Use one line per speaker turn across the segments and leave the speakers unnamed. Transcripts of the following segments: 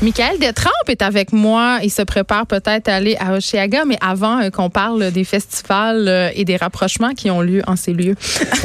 Michael Détrempe est avec moi. Il se prépare peut-être à aller à Oshiaga, mais avant euh, qu'on parle des festivals euh, et des rapprochements qui ont lieu en ces lieux.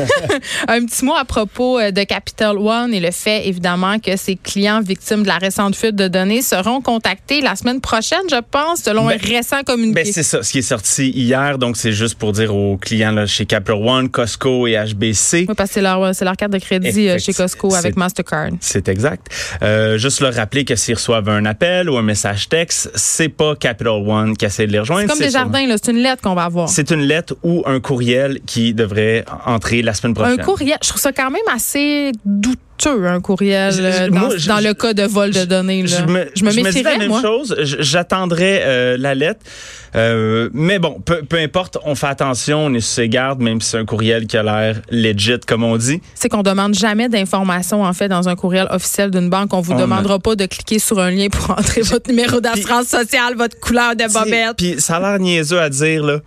Un petit mot à propos euh, de Capital One et le fait, évidemment, que ses clients victimes de la récente fuite de données seront contactés la semaine prochaine, je pense, selon
Ben,
un récent communiqué.
Ben, c'est ça, ce qui est sorti hier. Donc, c'est juste pour dire aux clients là, chez Capital One, Costco et HBC.
Oui, parce que c'est leur, euh, c'est leur carte de crédit euh, chez
Effectivement.
Costco avec
C'est-
Mastercard.
C'est exact. Euh, juste leur rappeler que s'ils reçoivent un appel ou un message texte, c'est pas Capital One qui essaie de les rejoindre.
C'est comme des
sur-
jardins, c'est une lettre qu'on va avoir.
C'est une lettre ou un courriel qui devrait entrer la semaine
Un
prochaine.
courriel, je trouve ça quand même assez douteux, un courriel,
Je- je-
euh, dans,
moi, je-
dans le
je-
cas de vol de données. là.
Je me, je me dis la
méfierais,
même
moi.
chose. J- J'attendrai euh, la lettre. Euh, mais bon, peu, peu importe, on fait attention, on est sur ses gardes, même si c'est un courriel qui a l'air legit, comme on dit.
C'est qu'on demande jamais d'informations, en fait, dans un courriel officiel d'une banque. On vous
On-
demandera pas de cliquer sur un lien pour entrer votre numéro d'assurance sociale, votre couleur de
Tu sais,
bobette.
Puis ça a l'air niaiseux à dire, là.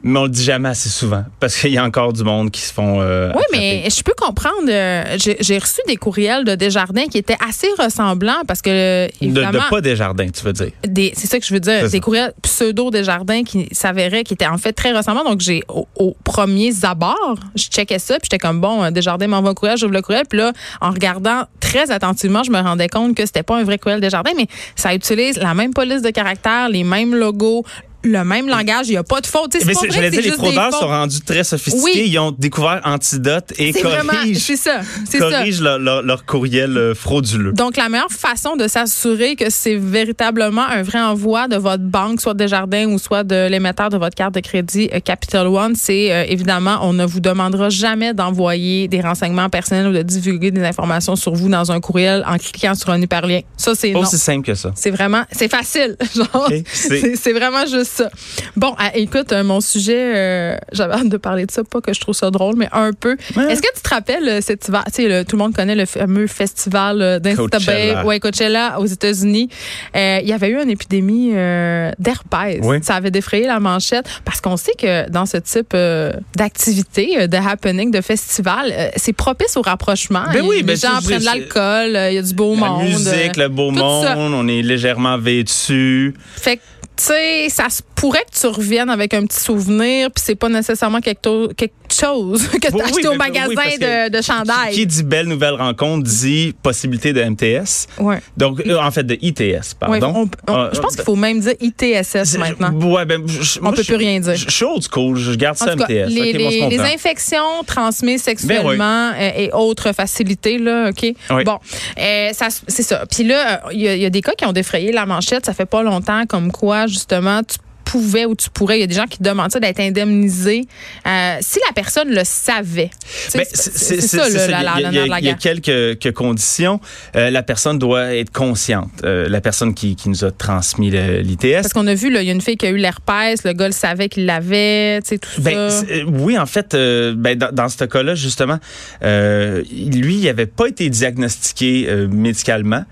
Mais on le dit jamais assez souvent. Parce qu'il y a encore du monde qui se font. euh,
Oui,
attraper.
mais je peux comprendre. euh, J'ai j'ai reçu des courriels de Desjardins qui étaient assez ressemblants parce que, euh,
De,
évidemment,
de pas des jardins, tu veux dire.
des- c'est ça que je veux dire,
C'est
des
ça.
courriels pseudo des jardins qui s'avéraient qui étaient en fait très ressemblants. Donc j'ai au, au premier abord, je checkais ça puis j'étais comme bon, euh, Desjardins m'envoie un courriel, j'ouvre le courriel puis là en regardant très attentivement, je me rendais compte que c'était pas un vrai courriel des jardins mais ça utilise la même police de caractère, les mêmes logos, le même langage, il y a pas de faute, Tu sais,
Mais
c'est pas
c'est-
vrai,
j'allais
c'est
dire, les
juste des
fraudeurs
fautes.
sont rendus très sophistiqués.
Oui.
Ils ont découvert Antidote et
C'est vraiment
corrigent,
c'est ça, c'est ça.
corrigent leur, leur- leur courriel euh, frauduleux.
Donc, la meilleure façon de s'assurer que c'est véritablement un vrai envoi de votre banque, soit des jardins ou soit de l'émetteur de votre carte de crédit euh, Capital One, c'est euh, évidemment, on ne vous demandera jamais d'envoyer des renseignements personnels ou de divulguer des informations sur vous dans un courriel en cliquant sur un hyperlien. Ça, c'est non.
Aussi simple que ça.
C'est vraiment, c'est facile. Genre,
Oh, Ok, c'est-
c'est c'est vraiment juste ça. Bon, ah, écoute, euh, mon sujet, euh, j'avais hâte de parler de ça, pas que je trouve ça drôle, mais un peu.
Ouais.
Est-ce que tu te rappelles euh, cet hiver, tu sais, le- tout le monde connaît le fameux festival euh, d'Insta
Coachella.
ouais, Coachella aux États-Unis. Euh, Il y avait eu une épidémie euh, d'herpès.
Oui.
Ça avait défrayé la manchette parce qu'on sait que dans ce type euh, d'activité, euh, de happening, de festival, euh, c'est propice au rapprochement.
Ben oui,
les
ben
gens
tu-
prennent de
c'est-
l'alcool, euh, il y a du beau
La
monde.
musique,
euh,
le beau
tout
monde,
ça.
on est légèrement vêtu.
fait que, tu sais, ça se pourrait que tu reviennes avec un petit souvenir, puis c'est pas nécessairement quelque, to- quelque chose que t'as
Oui, ben,
acheté
oui,
au
mais- oui,
magasin
parce que
de, de chandail.
Qui dit belle nouvelle rencontre dit possibilité de MTS.
Ouais.
Donc, euh, en fait, de ITS,
Ouais,
pardon. Ah,
on-
Euh,
on- je pense qu'il faut même dire ITSS
C'est-
maintenant.
Ouais, ben, je- je-
On
moi,
peut
je-
plus rien dire.
Je suis old school, je garde
En
ça
tout cas,
MTS.
les,
OK, bon, Ben on se
les- les
comprend.
infections transmises sexuellement euh, et autres facilités, là, OK?
Oui.
Bon, euh, ça, c'est ça. Puis là, euh, il y, a- il y a des cas qui ont défrayé la manchette. Ça fait pas longtemps, comme quoi, justement, tu pouvais ou tu pourrais. Il y a des gens qui demandent ça d'être indemnisé euh, si la personne le savait. Tu sais,
Ben,
c'est, c'est ça, là, la, la,
Il y a-
la-
il y a-
la- la
il y a
guerre.
quelques, que conditions. Euh, la personne doit être consciente. Euh, la personne qui, qui nous a transmis le- l'ITS.
Parce qu'on a vu, là, il y a une fille qui a eu l'herpès, le gars le savait qu'il l'avait, tu sais, tout
Ben,
ça.
c'est- euh, oui, en fait, euh, ben, dans, dans ce cas-là, justement, euh, lui, il n'avait pas été diagnostiqué euh, médicalement,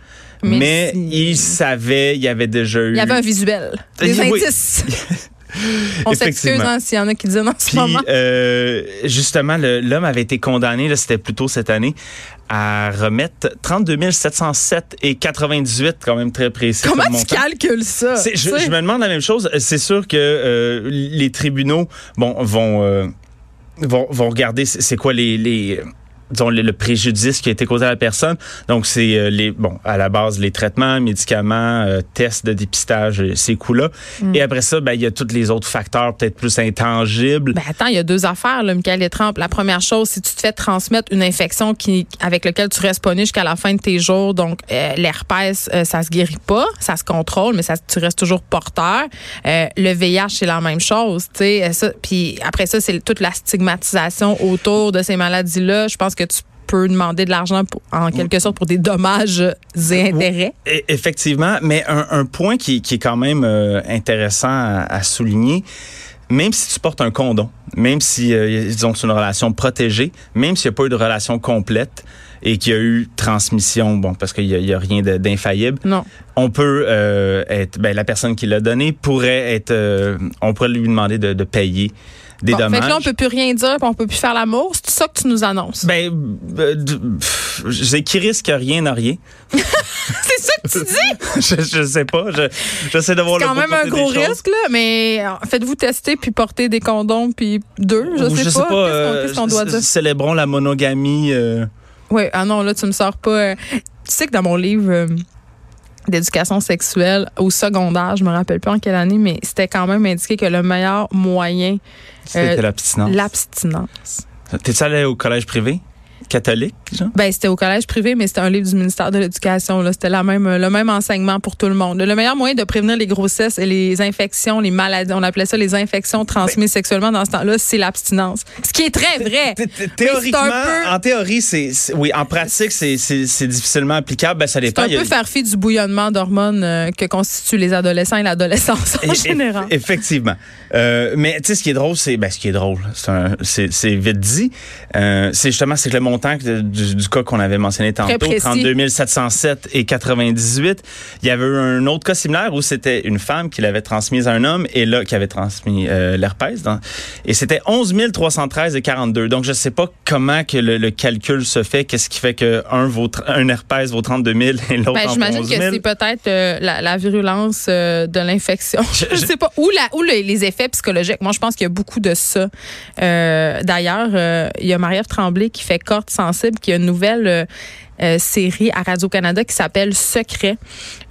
Mais
mais,
si.
il savait, il avait déjà eu.
Il y avait un visuel, des
Oui.
indices. On s'excuse
Effectivement.
hein, s'il y en a qui disent en ce
Puis,
moment.
euh, justement, le- l'homme avait été condamné, là, c'était plus tôt cette année, à remettre 32 707 et 98, quand même très précis. comme
Comment tu
montant.
calcules ça?
C'est- je,
Tu sais,
je me demande la même chose. C'est sûr que euh, les tribunaux bon, vont, euh, vont, vont regarder c'est c'est quoi les, les, disons, le, le préjudice qui a été causé à la personne. Donc, c'est euh, les bon à la base les traitements, médicaments, euh, tests de dépistage, euh, ces coûts-là.
Mm.
Et après ça, ben, il y a tous les autres facteurs peut-être plus intangibles.
Ben attends, il y a deux affaires, là, Michael Létrempe. La première chose, si tu te fais transmettre une infection qui, avec laquelle tu restes pas né jusqu'à la fin de tes jours, donc euh, l'herpès, euh, ça se guérit pas, ça se contrôle, mais ça, tu restes toujours porteur. Euh, le VIH, c'est la même chose, tu sais. euh, ça. Puis après ça, c'est toute la stigmatisation autour de ces maladies-là. Je pense que tu peux demander de l'argent pour- en quelque sorte pour des dommages et intérêts.
E- Effectivement, mais un, un point qui, qui est quand même euh, intéressant à, à souligner, même si tu portes un condom, même si euh, ils ont une relation protégée, même s'il n'y a pas eu de relation complète, et qu'il y a eu transmission, bon, parce qu'il n'y a, il y a rien de- d'infaillible,
Non.
on peut euh, être, ben, la personne qui l'a donné pourrait être, euh, on pourrait lui demander de, de payer des
Bon, fait
dommages.
que là, on peut plus rien dire, puis on peut plus faire l'amour. C'est ça que tu nous annonces.
Ben, euh, d- pff, j'ai- qui risque rien n'a rien.
Ben, c'est ça que tu dis.
je, je sais pas. Je, j'essaie de voir
C'est
le
quand
beau
même un
côté des
gros
choses.
risque, là. Mais euh, faites-vous tester, puis portez des condoms, puis deux. Je
Ou
sais pas. Qu'est-ce qu'on- Qu'est-ce qu'on
euh,
doit
c-
dire?
Célébrons la monogamie. euh,
Oui, ah non, là, tu me sors pas. euh, Tu sais que dans mon livre euh, d'éducation sexuelle au secondaire, je me rappelle plus en quelle année, mais c'était quand même indiqué que le meilleur moyen,
C'était
Euh,
l'abstinence.
l'abstinence.
Euh, T'es-tu allé au collège privé? Catholique, genre?
Ben, c'était au collège privé, mais c'était un livre du ministère de l'Éducation. là. C'était la même, le même enseignement pour tout le monde. Le meilleur moyen de prévenir les grossesses et les infections, les maladies, on appelait ça les infections transmises sexuellement dans ce temps-là, c'est l'abstinence. Ce qui est très vrai.
Thé- thé-
Mais c'est
Théoriquement,
un peu-
en théorie, c'est, c'est- oui, en pratique, c'est, c'est, c'est difficilement applicable. Ben, ça
C'est
dépend.
un
Il y a-
peu faire fi du bouillonnement d'hormones euh, que constituent les adolescents et l'adolescence en
Eff-
général.
Effectivement. Euh, mais tu sais, ce qui est drôle, c'est ben, ce qui est drôle, c'est, un- c'est, c'est vite dit. Euh, c'est justement c'est que le montant que- du, du cas qu'on avait mentionné tantôt,
précis.
32 707 et 98, il y avait eu un autre cas similaire où c'était une femme qui l'avait transmise à un homme et là qui avait transmis euh, l'herpès. dans- et c'était 11 313 et 42. Donc je sais pas comment que le, le calcul se fait, qu'est-ce qui fait que un, vaut, tr- un herpès vaut 32 000 et l'autre
Ben,
en
J'imagine
11
que
000.
c'est peut-être euh, la, la virulence euh, de l'infection.
Je-
je
je-
sais pas. Ou, la, ou le- les effets psychologiques. Moi, je pense qu'il y a beaucoup de ça. Euh, D'ailleurs, euh, il y a Marie-Ève Tremblay qui fait Corde sensible, qui a une nouvelle euh, euh, série à Radio-Canada qui s'appelle Secret.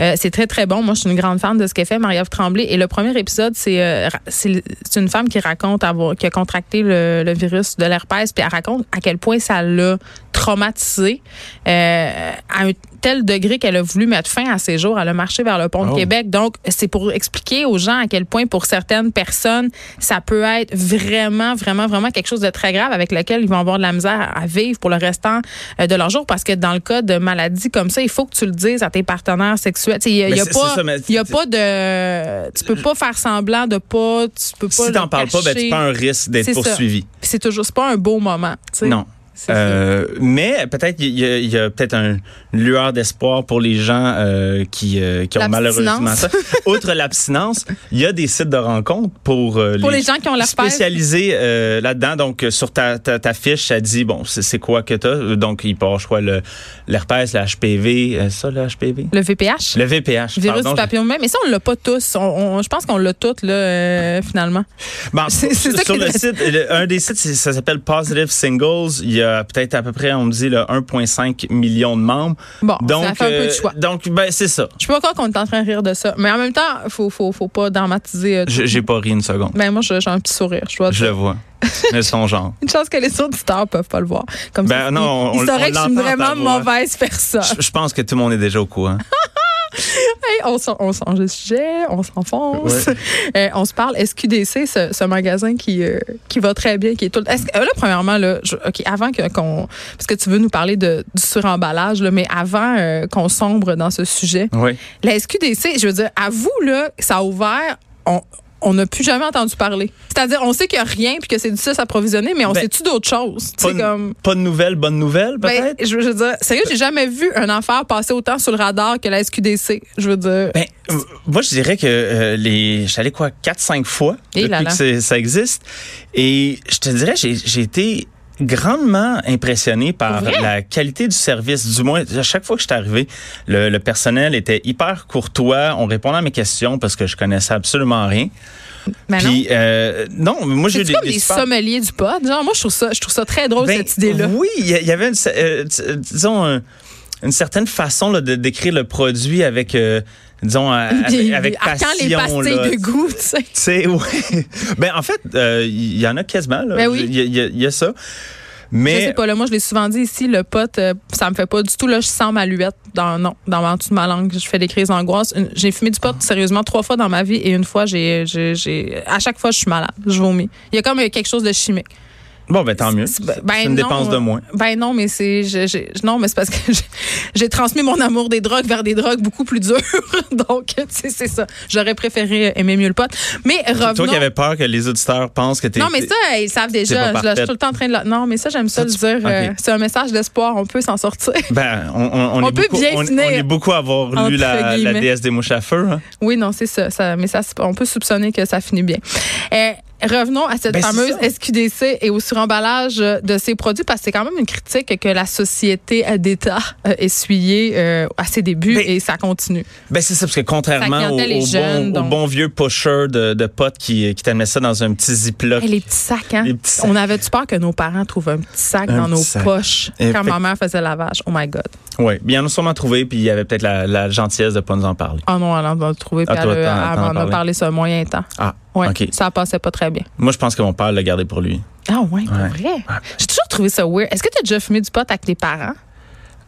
Euh, c'est très, très bon. Moi, je suis une grande fan de ce qu'elle fait, Marie-Ève Tremblay. Et le premier épisode, c'est euh, ra- c'est c'est une femme qui raconte avoir, qui a contracté le, le virus de l'herpès, puis elle raconte à quel point ça l'a traumatisée euh, à un tel degré qu'elle a voulu mettre fin à ses jours. Elle a marché vers le pont
Oh.
de Québec. Donc, c'est pour expliquer aux gens à quel point, pour certaines personnes, ça peut être vraiment, vraiment, vraiment quelque chose de très grave avec lequel ils vont avoir de la misère à- à vivre pour le restant euh, de leur jour. Parce que dans le cas de maladies comme ça, il faut que tu le dises à tes partenaires sexuels. Tu sais, Il n'y a,
Mais
il y a
c'est-
pas,
c'est ça, mais-
il y a pas de... Tu peux pas faire semblant de pas... Tu peux pas
si
le
t'en parles pas, ben, tu
cacher.
prends un risque d'être
C'est ça.
poursuivi.
Puis C'est toujours... C'est pas un beau moment. tu sais.
Non.
C'est ça.
Euh, mais peut-être il y a, il y a peut-être un une lueur d'espoir pour les gens euh, qui, euh, qui ont
L'abstinence.
malheureusement ça. Outre l'abstinence, il y a des sites de rencontres pour, euh,
Pour les gens qui ont la
spécialisés euh, là-dedans. Donc euh, sur ta, ta, ta fiche, ça dit bon c'est c'est quoi que t'as. Donc il part je crois le l'herpès, le HPV, euh, ça le HPV,
Le VPH?
le VPH.
Virus
pardon.
du papillon-humain. Mais ça, on l'a pas tous. On- on- je pense qu'on l'a toutes, là, euh, finalement.
Bon,
C'est- c'est ça
sur
qui
le
est-
site, le- un des sites, c'est- ça s'appelle Positive Singles. Il y a peut-être à peu près, on me dit, le 1,5 million de membres.
Bon,
donc,
ça fait un peu de
euh,
choix.
donc, ben, c'est ça.
Je sais pas encore qu'on est en train de rire de ça. Mais en même temps, faut, faut, faut pas dramatiser. euh, tout.
Je- J'ai pas ri une seconde.
Ben, moi, je- j'ai un petit sourire. Je dois
Je
dire.
le vois. Mais son genre.
Une chance que les auditeurs peuvent pas le voir. Comme
Ben,
ça,
non,
ils,
on-
ils
on-
sauraient
on
que je suis
l'entend à
vraiment
ta voix.
mauvaise personne.
Je, je pense que tout le monde est déjà au courant.
Hey, on s'en- on change de sujet, on s'enfonce. Euh, on se parle SQDC, ce, ce magasin qui, euh, qui va très bien, qui est tout. Est-ce que- euh, là, premièrement, là, je- OK, avant que- qu'on. parce que tu veux nous parler de, du suremballage, là, mais avant euh, qu'on sombre dans ce sujet,
Oui.
la SQDC, je veux dire, à vous, là, ça a ouvert. On, on n'a plus jamais entendu parler. C'est-à-dire, on sait qu'il n'y a rien puis que c'est du ça s'approvisionner, mais on
Ben,
sait-tu d'autres choses? Tu
Pas,
sais,
de-
comme.
pas de nouvelles, bonne nouvelle,
Ben,
peut-être?
je veux je veux dire, sérieux, j'ai jamais vu un affaire passer autant sur le radar que la SQDC. Je veux dire.
Ben, euh, moi, je dirais que euh, les, je suis allé quoi, 4-5 fois
Et
depuis
Eh là là.
que c'est- ça existe. Et je te dirais, j'ai j'ai été grandement impressionné par
Pour vrai?
la qualité du service. Du moins, à chaque fois que je suis arrivé, le, le personnel était hyper courtois. On répondait à mes questions parce que je connaissais absolument rien.
Ben non.
Puis, euh, non, moi, j'ai eu
C'est
des,
comme
des
les
super-
sommeliers du pod. Genre, moi, je trouve ça, je trouve ça très drôle,
Ben,
cette idée-là.
Oui, il y a- il y avait une, cer- euh, dis- euh, disons, un- une certaine façon là, de décrire le produit avec, euh, disons, à- avec,
Des-
avec
ah,
passion.
quand les pastilles
là.
de goût, tu sais.
Tu sais, ouais. Ben, en fait, euh, il y en a quasiment. Là.
Ben oui.
Il y, a- il y a- il y a ça.
Je sais
Mais
pas, là, moi, je l'ai souvent dit ici, le pote, euh, ça me fait pas du tout, là, je sens ma luette dans, non, dans en dessous de ma langue. Je fais des crises d'angoisse. Une- J'ai fumé du
Ah.
pot, sérieusement, trois fois dans ma vie et une fois, j'ai, j'ai, j'ai- à chaque fois, je suis malade. Je vomis. Il y a comme euh, quelque chose de chimique.
Bon, ben tant mieux. C'est une
non,
dépense de moins.
Ben non, mais c'est je- je- non, mais c'est parce que j'ai- j'ai transmis mon amour des drogues vers des drogues beaucoup plus dures. Donc tu sais, c'est ça. J'aurais préféré aimer mieux le pote. Mais
Toi
revenons.
qui avais peur que les auditeurs pensent que t'es.
non, mais ça, ils savent déjà.
pas
Je, je suis
parfaite.
tout le temps en train de. le- Non, mais ça, j'aime ça,
Ça,
le
tu-
dire. euh,
ok.
c'est un message d'espoir. On peut s'en sortir.
Ben, on, on,
On
est
peut
beaucoup,
bien
on, on
finir,
est beaucoup à avoir lu
entre
la, la
guillemets.
déesse des mouches à feu. hein.
Oui, non, c'est ça, ça- Mais ça, c'est- on peut soupçonner que ça finit bien. Euh, revenons à cette
Ben, c'est
fameuse
ça.
SQDC et au suremballage euh, de ces produits, parce que c'est quand même une critique que la société euh, d'État a essuyée euh, à ses débuts
Ben,
et ça continue.
Ben c'est ça, parce que contrairement
Sa
au,
clientèle est
au
jeune,
bon, au
donc.
bon vieux pusher de, de potes qui, qui t'admet ça dans un petit ziploc.
Hey, les petits sacs, hein?
Les petits sacs.
On avait-tu peur que nos parents trouvent un petit sac
Un
dans
petit
nos
sac.
poches
Et
quand
fait-
ma mère faisait le lavage? Oh my God.
Oui, bien, nous sûrement trouvé, puis il y avait peut-être la, la gentillesse de pas nous en parler.
Oh non, elle en a trouvé, puis
Ah,
elle,
toi,
a-
t'en-
elle
t'en as
m'en a
parlé.
parlé ce moyen temps.
Ah,
Ouais,
OK.
ça passait pas très bien.
Moi, je pense que mon père l'a gardé pour lui.
Ah ouais, pour
Ouais.
vrai? J'ai toujours trouvé ça weird. Est-ce que tu as déjà fumé du pot avec tes parents?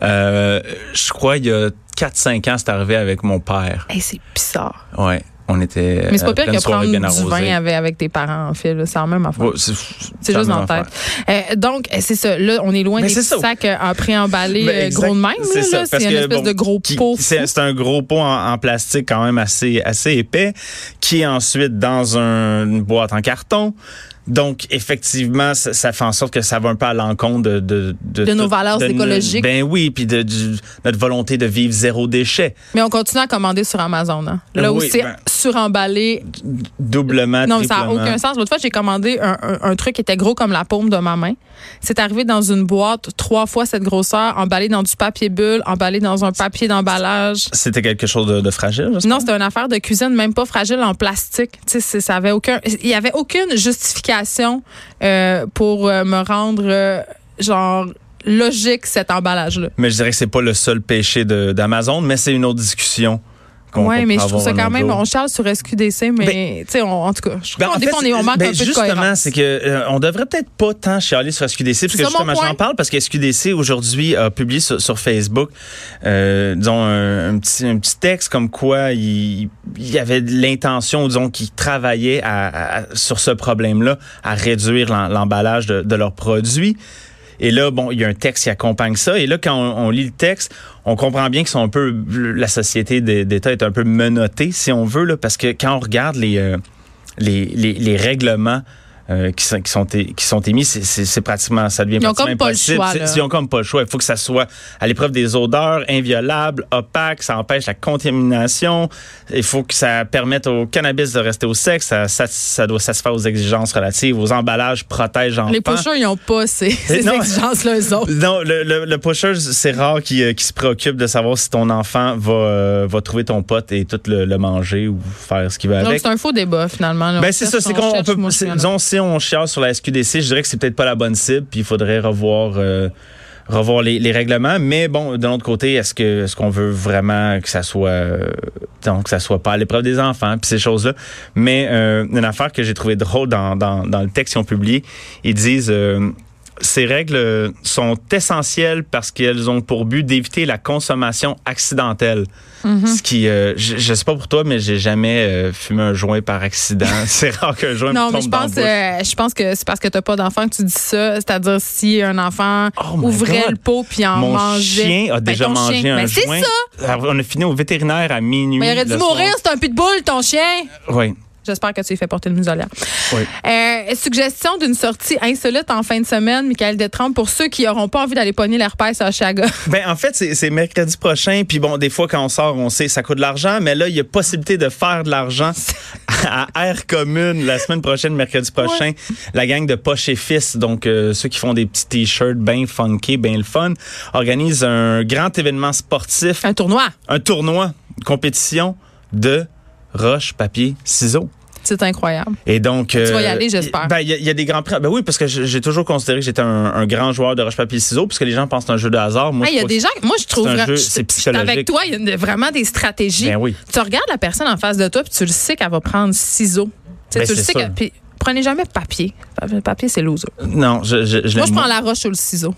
Euh, je crois il y a 4-5 ans, c'est arrivé avec mon père.
Hey, c'est bizarre.
Ouais, on était.
Mais c'est
à
pas pire
Euh, pleine
que prendre
soirée bien
du
arrosée.
vin avec, avec tes parents, en fait. là. C'est la même affaire.
Ouais, c'est
c'est
ça
juste
me
dans la
fait.
tête. Euh, donc, euh, c'est ça. Là, on est loin
Mais
des
c'est
petits
ça.
sacs euh, en pré-emballés
Ben,
euh,
exact.
gros de même. là,
ça,
là.
parce
C'est une
que,
espèce
bon,
de gros
qui-
pot.
C'est c'est un gros pot en, en plastique quand même assez, assez épais, qui est ensuite dans un- une boîte en carton. Donc, effectivement, ça, ça fait en sorte que ça va un peu à l'encontre de, de,
De nos
tout-
valeurs
de-
écologiques.
Ben oui, puis de du- notre volonté de vivre zéro déchet.
Mais on continue à commander sur Amazon. hein. Là
Oui,
où c'est
ben-
suremballé.
Doublement,
Non, mais ça n'a
triplement.
aucun sens. L'autre fois, j'ai commandé un, un- un truc qui était gros comme la paume de ma main. C'est arrivé dans une boîte, trois fois cette grosseur, emballé dans du papier bulle, emballé dans un papier d'emballage.
C'était quelque chose de, de fragile, j'espère?
Non, c'était une affaire de cuisine, même pas fragile en plastique. Tu sais, c'est- ça avait aucun, il y avait aucune justification euh, pour euh, me rendre euh, genre logique cet emballage-là.
Mais je dirais que c'est pas le seul péché de- d'Amazon, mais c'est une autre discussion. qu'on-
Oui,
qu'on
mais
peut
je trouve
avoir
ça
un
quand
autre
même.
jour.
On charle sur SQDC, mais tu sais, on- en tout cas, je trouve
Ben,
qu'on
en
des
fait,
fois, on est- on manque
ben,
un peu de
justement,
cohérence.
c'est que euh, on devrait peut-être pas tant chialer sur SQDC parce
C'est ça,
que
mon
justement
point.
j'en parle parce que SQDC aujourd'hui a publié sur, sur Facebook euh, disons un, un petit un petit texte comme quoi il, il y avait de l'intention disons qu'ils travaillaient à, à- sur ce problème-là à réduire l'em- l'emballage de, de leurs produits. Et là, bon, il y a un texte qui accompagne ça. Et là, quand on, on lit le texte, on comprend bien que sont un peu la société des- d'État est un peu menottée, si on veut, là, parce que quand on regarde les euh, les, les, les règlements euh, qui, sont, qui, sont, é- qui sont émis, c'est- c'est c'est pratiquement, ça devient
Ils ont
pratiquement
comme pas le
impossible.
choix,
C'est-
là.
Ils ont comme pas le choix. Il faut que ça soit à l'épreuve des odeurs, inviolable, opaque, ça empêche la contamination. Il faut que ça permette au cannabis de rester au sec. Ça, ça, ça doit satisfaire aux exigences relatives, aux emballages, protège enfants.
Les pocheurs, ils n'ont pas ces, ces
non.
exigences-là, eux autres.
Non, le, le, le pusher, c'est rare qu'il euh, qu'il se préoccupe de savoir si ton enfant va, euh, va trouver ton pote et tout le, le manger ou faire ce qu'il veut
Donc,
avec.
c'est un faux débat, finalement. là.
Ben
On
c'est ça,
cherche,
c'est
on
qu'on on
cherche,
peut,
moi,
c'est-
je suis
disons si on chiale sur la SQDC, je dirais que c'est peut-être pas la bonne cible, puis il faudrait revoir euh, revoir les, les règlements. Mais bon, de l'autre côté, est-ce que est-ce qu'on veut vraiment que ça soit euh, donc que ça soit pas à l'épreuve des enfants, puis ces choses là. Mais euh, une affaire que j'ai trouvé drôle dans, dans, dans le texte qu'ils ont publié, ils disent. euh, ces règles euh, sont essentielles parce qu'elles ont pour but d'éviter la consommation accidentelle.
Mm-hmm.
Ce qui, euh, je, je sais pas pour toi, mais j'ai jamais euh, fumé un joint par accident. C'est rare qu'un joint
Non,
me tombe
mais je pense,
dans la
euh, je pense que c'est parce que t'as pas d'enfant que tu dis ça. C'est-à-dire si un enfant
Oh my
ouvrait
God.
le pot puis en
bouche. Mon
mangeait.
chien a
Ben,
déjà
ton
mangé
chien.
un
Ben,
joint.
C'est ça.
Alors, On a fini au vétérinaire à minuit.
Mais il aurait dû
le
mourir, c'est un pitbull, ton chien.
soir. Oui.
J'espère que tu lui fais porter une muselière.
Oui.
Euh, suggestion d'une sortie insolite en fin de semaine, Michael Détrempe, pour ceux qui n'auront pas envie d'aller pogner l'herpès à Chaga.
Ben en fait c'est c'est mercredi prochain puis bon des fois quand on sort on sait ça coûte de l'argent mais là il y a possibilité de faire de l'argent à Air Commune la semaine prochaine mercredi prochain la gang de Poche et Fils donc euh, ceux qui font des petits t-shirts bien funky bien le fun organise un grand événement sportif
Un tournoi.
un tournoi une compétition de roche papier ciseaux
C'est incroyable.
et donc, tu
vas y aller, j'espère.
Ben, il y, a- il y a des grands prix. Ben oui, parce que je- j'ai toujours considéré que j'étais un, un grand joueur de roche papier ciseaux, parce que les gens pensent que c'est un jeu de hasard. Moi,
Ah, Il y a
je trouve
des gens, moi, je trouve.
un
vra-
jeu,
je-
c'est
je-
psychologique.
Avec toi, il y a une- vraiment des stratégies.
Ben oui.
Tu regardes la personne en face de toi, puis tu le sais qu'elle va prendre ciseaux. Tu sais,
Ben,
tu le
c'est
sais que.
sûr.
puis prenez jamais papier. Le papier, c'est loser.
Non, je, je, je
Moi,
l'aime
je prends
moins.
la roche ou le ciseau.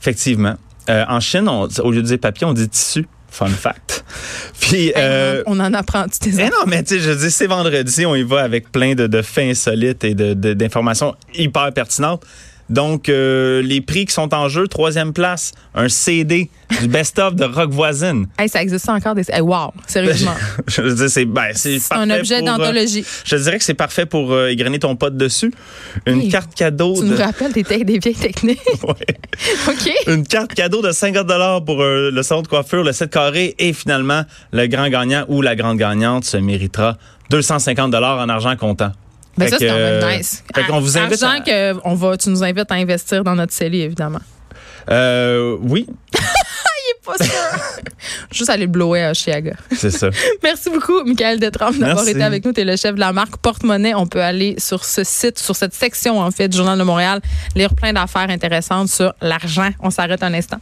Effectivement. Euh, en Chine, on- au lieu de dire papier, on dit tissu. Fun fact. Puis. euh,
on en apprend tu
eh non, mais tu sais, je dis, c'est vendredi, on y va avec plein de, de faits insolites et de- de- d'informations hyper pertinentes. Donc, euh, les prix qui sont en jeu, troisième place, un CD du best-of de Rock Voisine.
Hey, ça existe encore des. Hey, wow, sérieusement.
Je veux dire, c'est ben, c'est
C'est un
parfait
objet
pour, euh,
d'anthologie.
je te dirais que c'est parfait pour euh, égrener ton pote dessus. Une
Hey,
carte cadeau
Tu
de...
nous rappelles des, te- des vieilles techniques.
Ouais.
OK.
Une carte cadeau de 50 pour euh, le salon de coiffure, le 7 carré et finalement, le grand gagnant ou la grande gagnante se méritera 250 en argent comptant.
Ben
Fait
ça, c'est
que,
quand
euh,
même nice.
fait qu'on vous invite
Argent
à-
que on va, tu nous invites à investir dans notre CELI, évidemment.
Euh, oui,
Pas sûr. Juste aller blower à Chiaga.
c'est ça.
Merci beaucoup, Michael Detrampe, d'avoir
Merci.
été avec nous. Tu es le chef de la marque Porte-Monnaie. On peut aller sur ce site, sur cette section, en fait, du Journal de Montréal, lire plein d'affaires intéressantes sur l'argent. On s'arrête un instant.